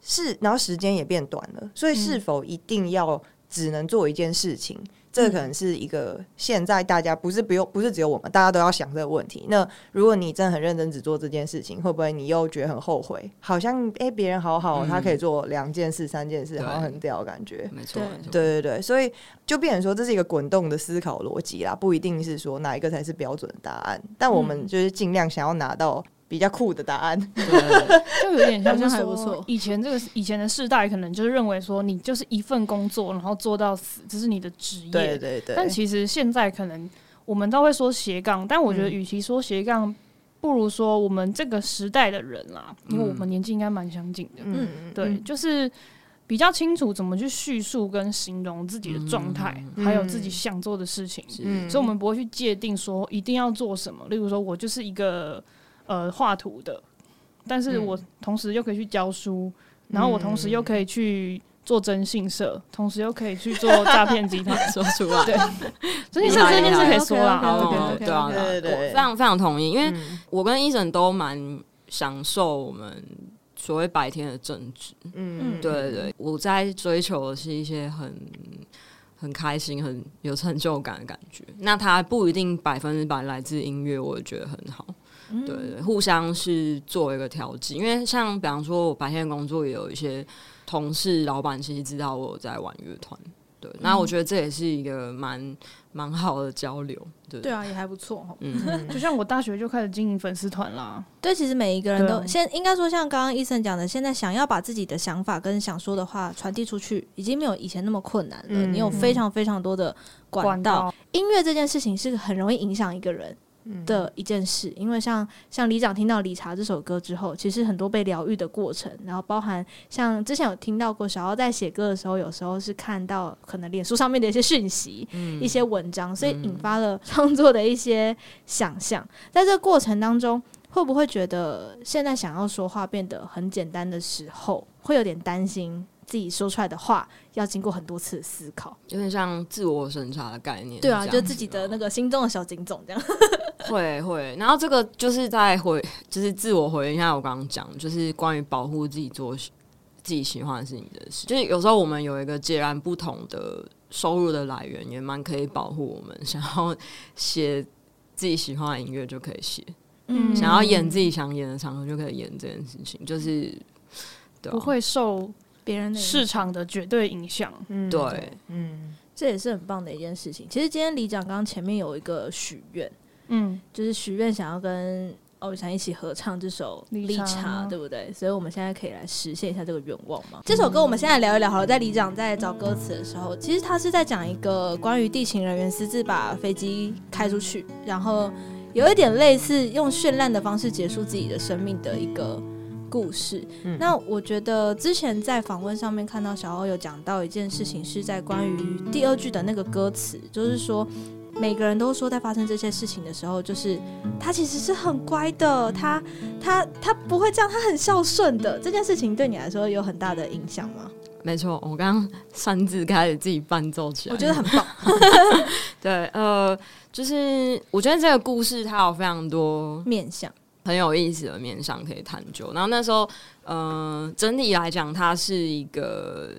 Speaker 4: 是，然后时间也变短了，所以是否一定要只能做一件事情？这可能是一个现在大家不是不用不是只有我们，大家都要想这个问题。那如果你真的很认真只做这件事情，会不会你又觉得很后悔？好像哎，别、人好好，
Speaker 3: 嗯
Speaker 4: 他可以做两件事、三件事，
Speaker 3: 对
Speaker 4: 好像很屌的感觉。
Speaker 3: 没错，
Speaker 1: 对
Speaker 3: 没错，
Speaker 4: 对对对，所以就变成说这是一个滚动的思考逻辑啦，不一定是说哪一个才是标准的答案，但我们
Speaker 1: 嗯
Speaker 4: 就是尽量想要拿到比较酷的答案。
Speaker 3: 对，
Speaker 2: 就有点像
Speaker 1: 好
Speaker 2: 是
Speaker 1: 像还不
Speaker 2: 说
Speaker 1: 错，
Speaker 2: 以前这个以前的世代可能就是认为说，你就是一份工作，然后做到死，这是你的职
Speaker 4: 对
Speaker 2: 业。
Speaker 4: 对对，
Speaker 2: 但其实现在可能我们都会说斜杠，但我觉得
Speaker 4: 嗯
Speaker 2: 与其说斜杠，不如说我们这个时代的人啦，因为我们
Speaker 3: 嗯
Speaker 2: 年纪应该蛮相近的，
Speaker 4: 嗯
Speaker 2: 对，就是比较清楚怎么去叙述跟形容自己的状态，
Speaker 4: 嗯
Speaker 2: 还有自己想做的事情。
Speaker 3: 是
Speaker 2: 所以我们不会去界定说一定要做什么。例如说，我就是一个呃画图的，但是我同时又可以去教书，然后我同时又可以去做征信社，同时又可以去做诈骗集团。
Speaker 3: 说出来，
Speaker 2: 对征信社这件事可以说啦，
Speaker 1: 好
Speaker 2: 哦
Speaker 1: OK，OK，OK，OK，OK
Speaker 3: 对啊，啊
Speaker 4: 对对对
Speaker 3: 我非常非常同意，因为
Speaker 4: 嗯
Speaker 3: 我跟医生都蛮享受我们所谓白天的正职。
Speaker 4: 嗯
Speaker 3: 对对对，我在追求的是一些很很开心、很有成就感的感觉。那它不一定百分之百来自音乐，我也觉得很好。
Speaker 1: 嗯
Speaker 3: 对对，互相是做一个调剂，因为像比方说，我白天的工作也有一些同事、老板其实知道我有在玩乐团。对，
Speaker 1: 嗯
Speaker 3: 那我觉得这也是一个蛮蛮好的交流，对不
Speaker 1: 对啊，也还不错哦。
Speaker 3: 嗯，
Speaker 2: 就像我大学就开始经营粉丝团啦，
Speaker 1: 对，其实每一个人
Speaker 2: 对啊
Speaker 1: 都现应该说，像刚刚医生讲的，现在想要把自己的想法跟想说的话传递出去，已经没有以前那么困难了。
Speaker 4: 嗯
Speaker 1: 你有非常非常多的管道。
Speaker 2: 管道
Speaker 1: 音乐这件事情是很容易影响一个人的一件事，因为像像李长听到《理查》这首歌之后，其实很多被疗愈的过程，然后包含像之前有听到过，小奥在写歌的时候，有时候是看到可能脸书上面的一些讯息，
Speaker 3: 嗯
Speaker 1: 一些文章，所以引发了创作的一些想象。在这个过程当中，会不会觉得现在想要说话变得很简单的时候，会有点担心自己说出来的话要经过很多次的思考？
Speaker 3: 有点像自我审查的概念。
Speaker 1: 对啊，
Speaker 3: 是这
Speaker 1: 就
Speaker 3: 样子
Speaker 1: 自己的
Speaker 3: 吗
Speaker 1: 那个心中的小警总这样。
Speaker 3: 会会，然后这个就是在回，就是自我回应一下我刚刚讲，就是关于保护自己做喜自己喜欢的事情的事，就是有时候我们有一个截然不同的收入的来源，也蛮可以保护我们想要写自己喜欢的音乐就可以写，
Speaker 2: 嗯
Speaker 3: 想要演自己想演的场合就可以演这件事情，就是对、啊，
Speaker 2: 不会受
Speaker 1: 别人的影响
Speaker 2: 市场的绝对影响。
Speaker 4: 嗯
Speaker 3: 对，
Speaker 4: 嗯
Speaker 1: 这也是很棒的一件事情。其实今天李长刚刚前面有一个许愿，
Speaker 2: 嗯，
Speaker 1: 就是许愿想要跟欧宇翔一起合唱这首《
Speaker 2: 理
Speaker 1: 理
Speaker 2: 查
Speaker 1: 查》，
Speaker 2: 吗
Speaker 1: 对不对？所以我们现在可以来实现一下这个愿望嘛。这首歌我们现在聊一聊好了。在李长在找歌词的时候，其实他是在讲一个关于地勤人员私自把飞机开出去，然后有一点类似用绚烂的方式结束自己的生命的一个故事。
Speaker 4: 嗯
Speaker 1: 那我觉得之前在访问上面看到小欧有讲到一件事情，是在关于第二句的那个歌词，就是说每个人都说在发生这些事情的时候，就是他其实是很乖的，他他他不会这样，他很孝顺的。这件事情对你来说有很大的影响吗？
Speaker 3: 没错，我刚刚擅自开始自己伴奏起来，
Speaker 1: 我觉得很棒，
Speaker 3: 对，呃，就是我觉得这个故事它有非常多
Speaker 1: 面相。
Speaker 3: 很有意思的面向可以探究。然后那时候，嗯、整体来讲，它是一个，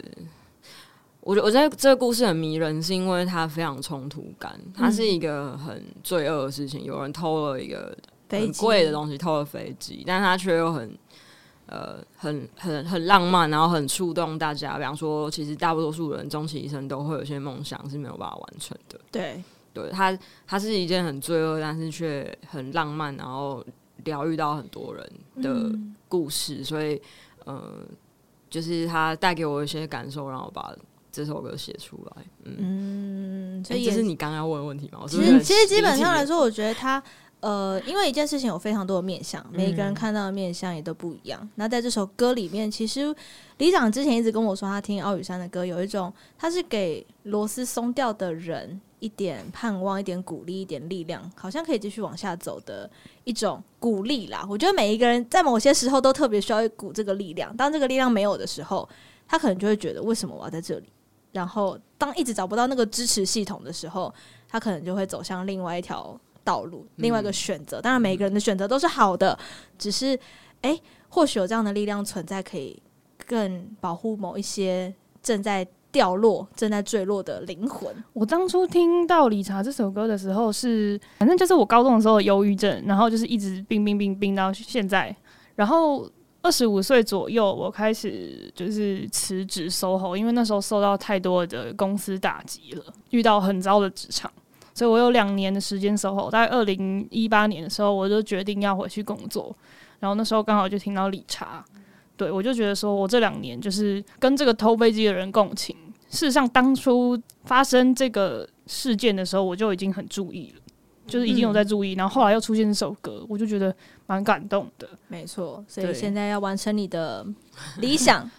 Speaker 3: 我觉我觉得这个故事很迷人，是因为它非常冲突感，它
Speaker 1: 嗯
Speaker 3: 是一个很罪恶的事情，有人偷了一个
Speaker 1: 飞
Speaker 3: 很
Speaker 1: 机
Speaker 3: 贵的东西，偷了飞机，但它却又很。呃，很很很浪漫，然后很触动大家。比方说，其实大多数人终其一生都会有些梦想是没有办法完成的。
Speaker 1: 对，
Speaker 3: 对它，它是一件很罪恶，但是却很浪漫，然后疗愈到很多人的
Speaker 1: 嗯
Speaker 3: 故事，所以，呃，就是它带给我一些感受，让我把这首歌写出来。嗯，
Speaker 1: 嗯，所
Speaker 3: 所
Speaker 1: 以
Speaker 3: 以
Speaker 1: 也
Speaker 3: 这是你刚刚要问的问题吗？我是
Speaker 1: 其
Speaker 3: 不是
Speaker 1: 实其实基本上来
Speaker 3: 说，
Speaker 1: 说，我觉得他呃，因为一件事情有非常多的面相，每一个人看到的面相也都不一样。那在这首歌里面，其实李长之前一直跟我说，他听奥宇山的歌有一种，他是给螺丝松掉的人一点盼望、一点鼓励、一点力量，好像可以继续往下走的一种鼓励啦。我觉得每一个人在某些时候都特别需要一股这个力量，当这个力量没有的时候，他可能就会觉得为什么我要在这里？然后当一直找不到那个支持系统的时候，他可能就会走向另外一条道路，另外一个选择。当然，每个人的选择都是好的，只是哎、诶或许有这样的力量存在，可以更保护某一些正在掉落、正在坠落的灵魂。
Speaker 2: 我当初听到《理查》这首歌的时候是，反正就是我高中的时候有忧郁症，然后就是一直病病病病到现在，然后二十五岁左右我开始就是辞职 SOHO，因为那时候受到太多的公司打击了，遇到很糟的职场，所以我有两年的时间 SOHO，大概二零一八年的时候我就决定要回去工作，然后那时候刚好就听到理查，对我就觉得说我这两年就是跟这个偷飞机的人共情。事实上，当初发生这个事件的时候，我就已经很注意了，就是已经有在注意。然后后来又出现这首歌，我就觉得蛮感动的。
Speaker 1: 没错，所以
Speaker 2: 对
Speaker 1: 现在要完成你的理想。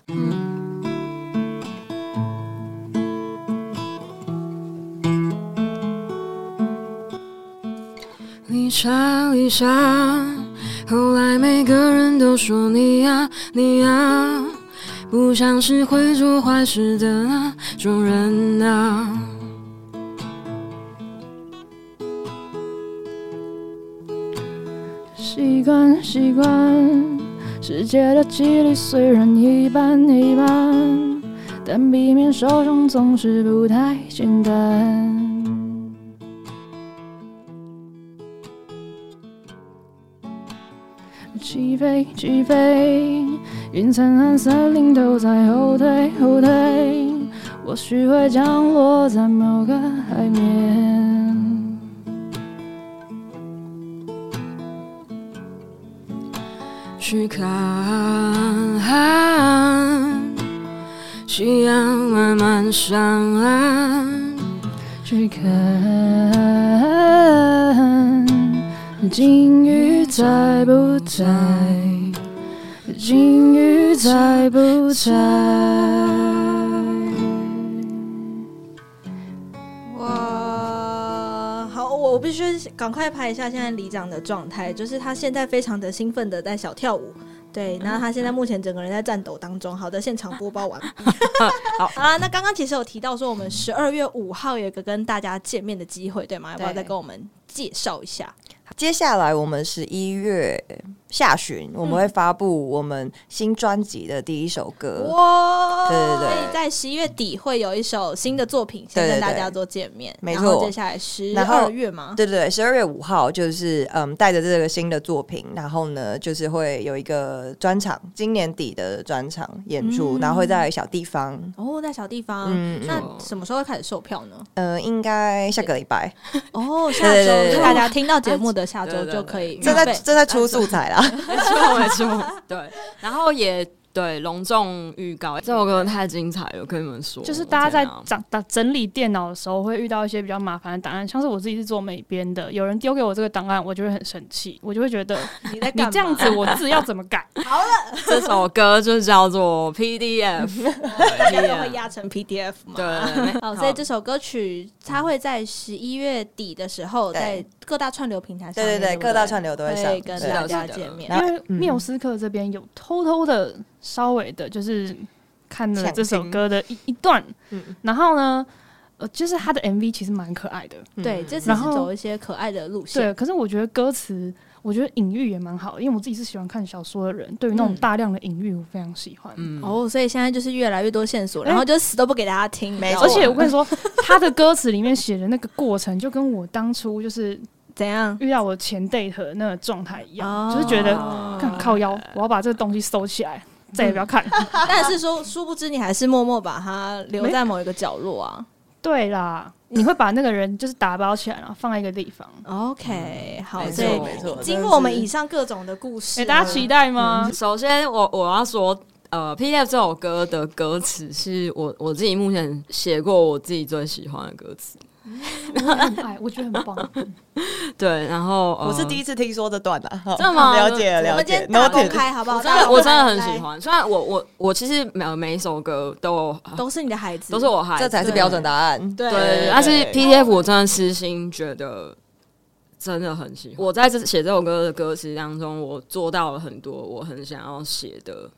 Speaker 3: 理查，理查，后来每个人都说你呀、你呀、不像是会做坏事的那种人啊。
Speaker 2: 习惯，习惯，世界的几率虽然一般一般，但避免受伤总是不太简单。起飞，起飞，云层和森林都在后退，后退，或许会降落在某个海面。
Speaker 3: 去看夕阳慢慢上岸，
Speaker 2: 去看金鱼在不在？金鱼在不在？
Speaker 1: 哇，好，我我必须赶快拍一下现在李长的状态，就是他现在非常的兴奋的在小跳舞。对，那他现在目前整个人在战斗当中。好的，现场播 报完毕。
Speaker 3: 好
Speaker 1: 啊，那刚刚其实有提到说，我们十二月五号有一个跟大家见面的机会，对吗？要不要
Speaker 4: 对
Speaker 1: 再跟我们介绍一下？
Speaker 4: 接下来我们十一月下旬，我们会发布我们新专辑的第一首歌。
Speaker 1: 哇，
Speaker 4: 呃对对对
Speaker 1: 所以在十一月底会有一首新的作品，先
Speaker 4: 对对
Speaker 1: 跟
Speaker 4: 对
Speaker 1: 大家做见面。
Speaker 4: 嗯没
Speaker 1: 然后
Speaker 4: 错
Speaker 1: 接下来十
Speaker 4: 然后
Speaker 1: 二月嘛，
Speaker 4: 对对对，十二月五号就是嗯，带着这个新的作品，然后呢，就是会有一个专场，今年底的专场演出，
Speaker 1: 嗯
Speaker 4: 然后会在小地方，
Speaker 1: 哦，在小地方。
Speaker 4: 嗯嗯
Speaker 1: 那什么时候会开始售票呢？
Speaker 4: 呃，应该下个礼拜，
Speaker 1: 哦，下
Speaker 4: 对对对
Speaker 1: 周
Speaker 4: 对
Speaker 1: 就大家听到节目的下周
Speaker 3: 对对
Speaker 1: 就可以预
Speaker 4: 这在
Speaker 1: 备。
Speaker 4: 这在出素材 啦。
Speaker 3: 没错没错，对，然后也对隆重预告，这首歌太精彩了，跟你们说，
Speaker 2: 就是大家在
Speaker 3: 天啊
Speaker 2: 整打整理电脑的时候，会遇到一些比较麻烦的档案，像是我自己是做美编的，有人丢给我这个档案，我就会很生气，我就会觉得
Speaker 1: 你在
Speaker 2: 你
Speaker 1: 干
Speaker 2: 这样
Speaker 1: 嘛
Speaker 2: 子，我字要怎 么改？
Speaker 3: 这首歌就叫做 PDF，
Speaker 1: 大家都会压成 PDF 嘛？
Speaker 3: 对，没
Speaker 1: 好，所以这首歌曲它会在十一月底的时候，
Speaker 4: 对
Speaker 1: 在各大串流平台上
Speaker 4: 对对
Speaker 1: 面，
Speaker 4: 对，
Speaker 1: 不
Speaker 4: 各大串流都会上
Speaker 1: 会。跟
Speaker 4: 对
Speaker 1: 大家
Speaker 3: 是的
Speaker 1: 见面
Speaker 4: 然。后
Speaker 2: 因为缪斯克这边有偷偷的稍微的，就是看了这首歌的一一段，
Speaker 4: 嗯
Speaker 2: 然后呢，呃，就是他的 MV 其实蛮可爱的，
Speaker 4: 嗯
Speaker 1: 对，这次
Speaker 2: 然
Speaker 1: 是
Speaker 2: 后
Speaker 1: 走一些可爱的路线
Speaker 2: 对。。可是我觉得歌词，我觉得隐喻也蛮好的，因为我自己是喜欢看小说的人，对于那种
Speaker 1: 嗯
Speaker 2: 大量的隐喻，我非常喜欢。
Speaker 3: 嗯，
Speaker 1: 哦，所以现在就是越来越多线索，
Speaker 2: 哎
Speaker 1: 然后就死都不给大家听，
Speaker 4: 没
Speaker 1: 你知道
Speaker 2: 而
Speaker 1: 吗
Speaker 2: 且我跟你
Speaker 1: 哦
Speaker 2: 说，他的歌词里面写的那个过程，就跟我当初就是
Speaker 1: 怎样？
Speaker 2: 遇到我前 date 的那个状态一样，
Speaker 1: 哦
Speaker 2: 就是觉得
Speaker 1: 哦嗯
Speaker 2: 看靠腰，我要把这个东西收起来，再也不要看。
Speaker 1: 但是说，殊不知你还是默默把它留在某一个角落啊。
Speaker 2: 对啦，你会把那个人就是打包起来，然后放在一个地方。
Speaker 1: OK，好，
Speaker 4: 嗯没
Speaker 1: 所
Speaker 4: 错
Speaker 1: 以
Speaker 4: 没错，
Speaker 1: 经过我们
Speaker 4: 真的
Speaker 1: 以
Speaker 4: 是
Speaker 1: 上各种的故事啊
Speaker 2: 哎、
Speaker 1: 呢，
Speaker 2: 大家期待
Speaker 4: 嗯
Speaker 2: 吗？
Speaker 3: 嗯首先我我要说。呃，PDF 这首歌的歌词是我我自己目前写过我自己最喜欢的歌词，
Speaker 2: 我
Speaker 1: 嗯
Speaker 2: 很爱，我觉得很棒。
Speaker 3: 对，然后、呃、
Speaker 4: 我是第一次听说这段的，好
Speaker 3: 真的吗
Speaker 4: 了解
Speaker 1: 我
Speaker 4: 了
Speaker 1: 们今
Speaker 4: 解
Speaker 1: 天打公
Speaker 4: ，noted。
Speaker 1: 开好不好？
Speaker 3: 我真
Speaker 1: 大家
Speaker 3: 的
Speaker 1: 公
Speaker 3: 我真的
Speaker 1: 开
Speaker 3: 很喜，欢，虽然我我我其实每每一首歌都有
Speaker 1: 来都是你的孩子，
Speaker 3: 都是我孩子，
Speaker 4: 这才是标准答案。
Speaker 1: 对啊
Speaker 3: 对，对，但是 PDF 我真的私心觉得真的很喜欢。我在这写这首歌的歌词当中，我做到了很多我很想要写的，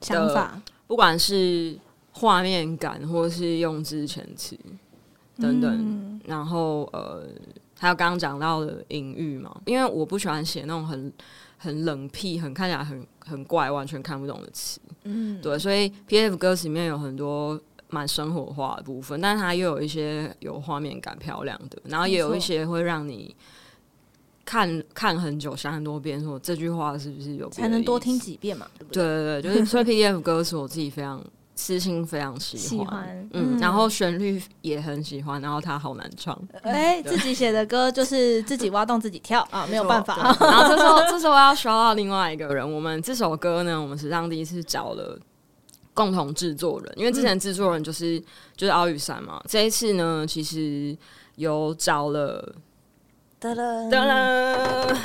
Speaker 1: 想法。
Speaker 3: 不管是画面感或是用之前词等等，
Speaker 1: 嗯
Speaker 3: 然后呃，还有刚刚讲到的隐喻嘛，因为我不喜欢写那种很很冷僻、很看起来很很怪、完全看不懂的词。
Speaker 1: 嗯，
Speaker 3: 对，所以 P F 歌词里面有很多蛮生活化的部分，但它又有一些有画面感、漂亮的，然后也有一些会让你看看很久、想很多遍，说这句话是不是有别的
Speaker 1: 才能多
Speaker 3: 意思
Speaker 1: 听几遍嘛，对不
Speaker 3: 对对对，就是所以 PDF 歌是我自己非常私心非常喜欢，
Speaker 1: 喜欢嗯
Speaker 3: 嗯，然后旋律也很喜欢，然后它好难 唱，
Speaker 1: 哎、自己写的歌就是自己挖洞自己跳 啊，没有办法啊。
Speaker 3: 然后这时候这时候要说到另外一个人，我们这首歌呢，我们史上第一次找了。共同制作人，因为之前制作人就是、就是奥宇山嘛，这一次呢，其实有找了
Speaker 4: 噔
Speaker 3: 噔
Speaker 4: 噔，
Speaker 3: 噔，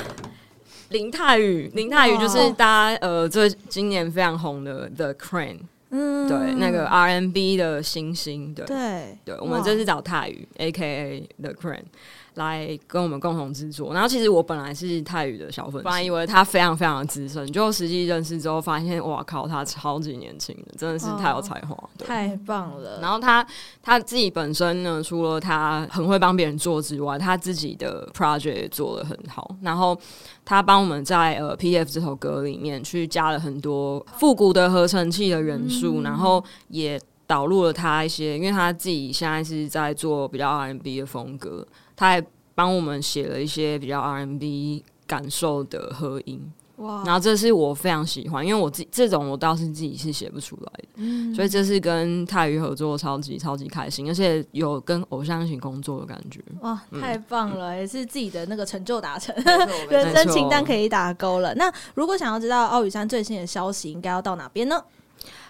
Speaker 3: 林泰宇，林泰宇就是
Speaker 1: 哦
Speaker 3: 大家呃，最今年非常红的 The Crane，
Speaker 1: 嗯，
Speaker 3: 对，那个 R&B 的新星，对，
Speaker 1: 对
Speaker 3: 对，我们这次找泰语 A K A The Crane 来跟我们共同制作。然后其实我本来是泰语的小粉丝，本嗯来以为他非常非常的资深，就实际认识之后发现，哇靠，他超级年轻的，真的是太有才华。对。
Speaker 1: 太棒了。
Speaker 3: 然后他他自己本身呢，除了他很会帮别人做之外，他自己的 project 也做得很好。然后他帮我们在呃 PDF 这首歌里面去加了很多复古的合成器的元素，然后也导入了他一些，因为他自己现在是在做比较 R&B 的风格，他还帮我们写了一些比较 R&B 感受的合音。
Speaker 1: 哇，
Speaker 3: 然后这是我非常喜欢，因为我自己这种我倒是自己是写不出来的，
Speaker 1: 嗯
Speaker 3: 所以这是跟泰宇合作超级超级开心，而且有跟偶像一起工作的感觉。
Speaker 1: 哇，太棒
Speaker 3: 嗯
Speaker 1: 了，也是自己的那个成就达成，
Speaker 4: 对
Speaker 1: 人生清单可以打勾了。那如果想要知道奥宇山最新的消息，应该要到哪边呢？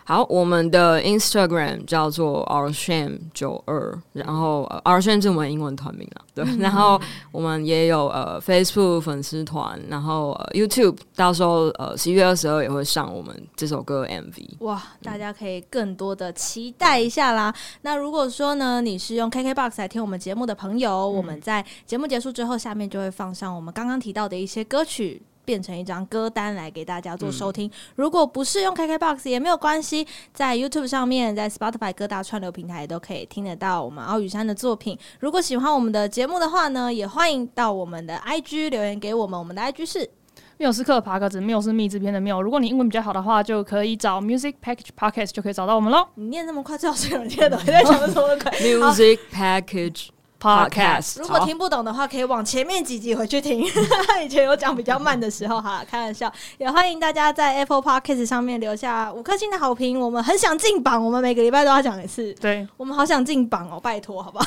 Speaker 3: 好，我们的 Instagram 叫做 Our Shame 九二，然后、呃 Our Shame 是我们英文团名啊，对。
Speaker 1: 嗯
Speaker 3: 然后我们也有呃 Facebook 粉丝团，然后、呃、YouTube，到时候呃十一月二十二也会上我们这首歌的 MV。
Speaker 1: 哇，大家可以更多的期待一下啦。那如果说呢，你是用 KKBOX 来听我们节目的朋友，我们在节目结束之后，下面就会放上我们刚刚提到的一些歌曲。变成一张歌单来给大家做收听。如果不是用 KKBOX 也没有关系，在 YouTube 上面，在 Spotify 各大串流平台都可以听得到我们奥宇山的作品。如果喜欢我们的节目的话呢，也欢迎到我们的 IG 留言给我们。我们的 IG 是
Speaker 2: 缪斯克爬格子，缪是密制片的缪。如果你英文比较好的话，就可以找 Music Package Podcast 就可以找到我们喽。
Speaker 1: 你念那么快，最好是有人听得懂你在讲什么鬼。
Speaker 3: Music Package Podcast，
Speaker 1: 如果
Speaker 3: 好
Speaker 1: 听不懂的话，可以往前面几集回去听。 以前有讲比较慢的时候，哈，开玩笑。也欢迎大家在 Apple Podcast 上面留下五颗星的好评，我们很想进榜，我们每个礼拜都要讲一次。
Speaker 2: 对，
Speaker 1: 我们好想进榜哦，拜托，好不好？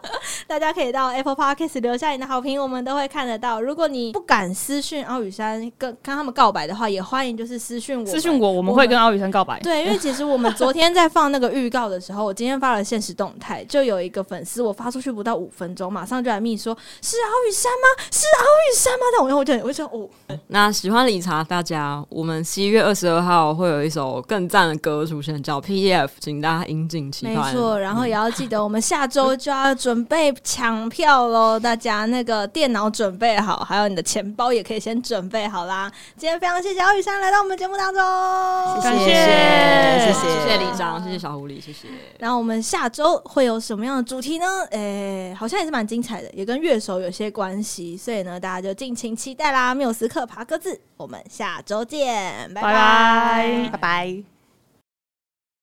Speaker 1: 大家可以到 Apple Podcast 留下你的好评，我们都会看得到。如果你不敢私讯奥宇山跟跟他们告白的话，也欢迎就是私讯我们，
Speaker 2: 私讯我，我们会跟奥宇山告白。
Speaker 1: 对，因为其实我们昨天在放那个预告的时候，我今天发了现实动态，就有一个粉丝，我发出去不到五分钟，马上就来密说：“是敖宇山吗？是敖宇山吗？”但我我就我就哦，
Speaker 3: 那喜欢理查大家，我们十一月二十二号会有一首更赞的歌出现，叫 PDF，请大家引颈期
Speaker 1: 没
Speaker 3: 盼。
Speaker 1: 错。然后也要记得，我们下 周就要准备抢票喽，大家那个电脑准备好，还有你的钱包也可以先准备好啦。今天非常谢谢敖宇山来到我们节目当中，
Speaker 2: 感谢
Speaker 4: 谢谢
Speaker 3: 谢谢李长，谢谢小狐狸，谢谢。
Speaker 1: 然后我们下周会有什么样的主题呢？诶、好像也是蛮精彩的，也跟乐手有些关系，所以呢，大家就敬请期待啦。缪斯克爬格子，我们下周见，拜
Speaker 2: 拜拜
Speaker 4: 拜拜。